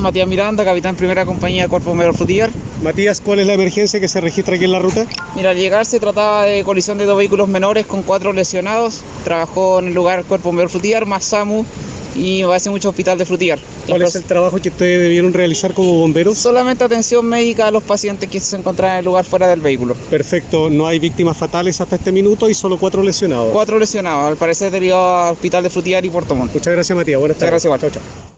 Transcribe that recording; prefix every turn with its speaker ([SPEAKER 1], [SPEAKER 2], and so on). [SPEAKER 1] Matías Miranda, capitán primera compañía de Cuerpo Mero Frutillar.
[SPEAKER 2] Matías, ¿cuál es la emergencia que se registra aquí en la ruta?
[SPEAKER 1] Mira, al llegar se trataba de colisión de dos vehículos menores con cuatro lesionados. Trabajó en el lugar Cuerpo Mero Frutillar, más SAMU y va a ser mucho hospital de Frutillar.
[SPEAKER 2] ¿Cuál es el trabajo que ustedes debieron realizar como bomberos?
[SPEAKER 1] Solamente atención médica a los pacientes que se encontraban en el lugar fuera del vehículo.
[SPEAKER 2] Perfecto, no hay víctimas fatales hasta este minuto y solo cuatro lesionados.
[SPEAKER 1] Cuatro lesionados, al parecer derivados a hospital de Frutillar y Puerto Montt.
[SPEAKER 2] Muchas gracias, Matías. Buenas
[SPEAKER 1] Muchas
[SPEAKER 2] tardes.
[SPEAKER 1] gracias, Walter.
[SPEAKER 2] Chao, chao.